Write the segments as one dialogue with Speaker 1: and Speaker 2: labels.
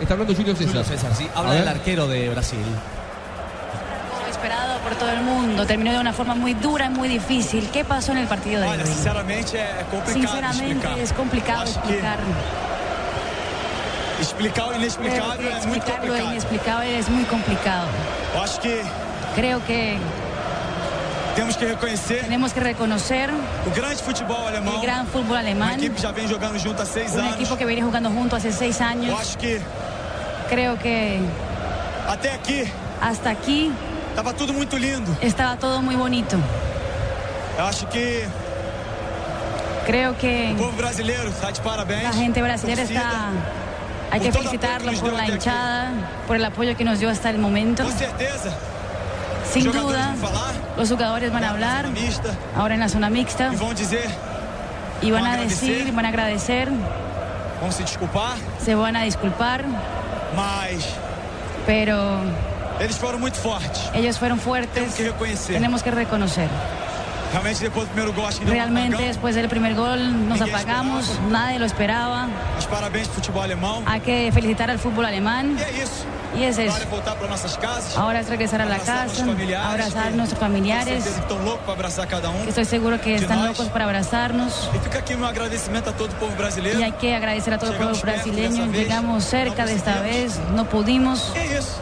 Speaker 1: Está hablando Julio César.
Speaker 2: Julio César, sí.
Speaker 1: A
Speaker 2: Habla
Speaker 1: ver.
Speaker 2: el arquero de Brasil.
Speaker 3: Esperado por todo el mundo, terminó de una forma muy dura y muy difícil. ¿Qué pasó en el partido de hoy?
Speaker 4: Olha, sinceramente é complicado
Speaker 3: Sinceramente é
Speaker 4: explicar.
Speaker 3: es complicado
Speaker 4: Acho
Speaker 3: explicar.
Speaker 4: que explicar o inexplicável é muito
Speaker 3: Explicar lo
Speaker 4: complicado.
Speaker 3: inexplicable es muy complicado.
Speaker 4: Eu acho que
Speaker 3: Creo que
Speaker 4: temos que reconhecer
Speaker 3: tenemos que reconocer
Speaker 4: o grande futebol
Speaker 3: el
Speaker 4: alemão,
Speaker 3: gran fútbol
Speaker 4: uma
Speaker 3: alemán,
Speaker 4: equipe que já vem jogando junto há seis
Speaker 3: un
Speaker 4: anos.
Speaker 3: equipo que é viene jugando junto hace seis
Speaker 4: Eu
Speaker 3: años.
Speaker 4: acho que
Speaker 3: Creo que
Speaker 4: até aqui
Speaker 3: hasta aquí
Speaker 4: estava tudo muito lindo.
Speaker 3: estaba todo muy bonito.
Speaker 4: Eu acho que
Speaker 3: Creo que
Speaker 4: o povo brasileiro está de parabéns.
Speaker 3: la gente tá brasileña
Speaker 4: Torcida.
Speaker 3: está... Hay que
Speaker 4: Por todo el apoyo que
Speaker 3: felicitarlos
Speaker 4: nos
Speaker 3: por
Speaker 4: dio
Speaker 3: la
Speaker 4: hasta aquí.
Speaker 3: hinchada, por el apoyo que nos dio hasta el momento.
Speaker 4: Com certeza, os
Speaker 3: Sin
Speaker 4: jogadores
Speaker 3: duda,
Speaker 4: vão falar,
Speaker 3: los jugadores van a hablar
Speaker 4: na mista,
Speaker 3: ahora en la zona mixta
Speaker 4: e vão dizer,
Speaker 3: y van
Speaker 4: van a
Speaker 3: a decir,
Speaker 4: agradecer.
Speaker 3: van a agradecer,
Speaker 4: vão se desculpar,
Speaker 3: se van a disculpar,
Speaker 4: mas
Speaker 3: pero
Speaker 4: eles foram muito fortes.
Speaker 3: ellos fueron
Speaker 4: Temos
Speaker 3: fuertes.
Speaker 4: que reconhecer.
Speaker 3: Tenemos que reconocer.
Speaker 4: Realmente depois do primeiro gol acho que deu um
Speaker 3: Realmente é
Speaker 4: apagão.
Speaker 3: después del primer gol nos apagamos, nadie lo esperaba.
Speaker 4: Mas parabéns pro futebol alemão.
Speaker 3: Hay que felicitar al fútbol alemán
Speaker 4: E é isso.
Speaker 3: y es eso.
Speaker 4: Agora é voltar para nossas casas.
Speaker 3: Ahora es regresar a la
Speaker 4: abraçar
Speaker 3: casa,
Speaker 4: nossos familiares.
Speaker 3: abrazar a
Speaker 4: que
Speaker 3: nuestros
Speaker 4: tenho certeza
Speaker 3: familiares.
Speaker 4: que Estão loucos para abraçar cada um.
Speaker 3: Estoy seguro que están locos para abrazarnos
Speaker 4: E fica aqui meu agradecimento a todo o povo brasileiro.
Speaker 3: y hay que agradecer a todo el pueblo brasileño. Llegamos cerca de esta vez, no pudimos
Speaker 4: E é isso.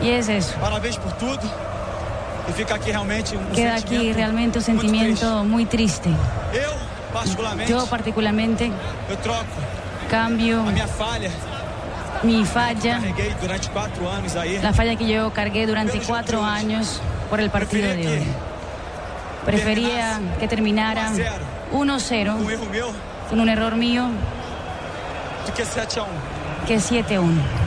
Speaker 3: y es eso.
Speaker 4: Parabéns por tudo. E fica aqui realmente um
Speaker 3: Queda
Speaker 4: sentimento
Speaker 3: aquí realmente un
Speaker 4: muito
Speaker 3: sentimiento muy triste.
Speaker 4: triste. Eu, particularmente,
Speaker 3: Yo particularmente
Speaker 4: eu troco
Speaker 3: cambio
Speaker 4: a minha falha.
Speaker 3: mi falla,
Speaker 4: Carreguei durante quatro anos aí.
Speaker 3: la falla que yo cargué durante cuatro años por el partido de hoy. Prefería que terminara 1-0
Speaker 4: Um erro meu
Speaker 3: con un error mío
Speaker 4: do que 7 a um. 1.
Speaker 3: que 7-1.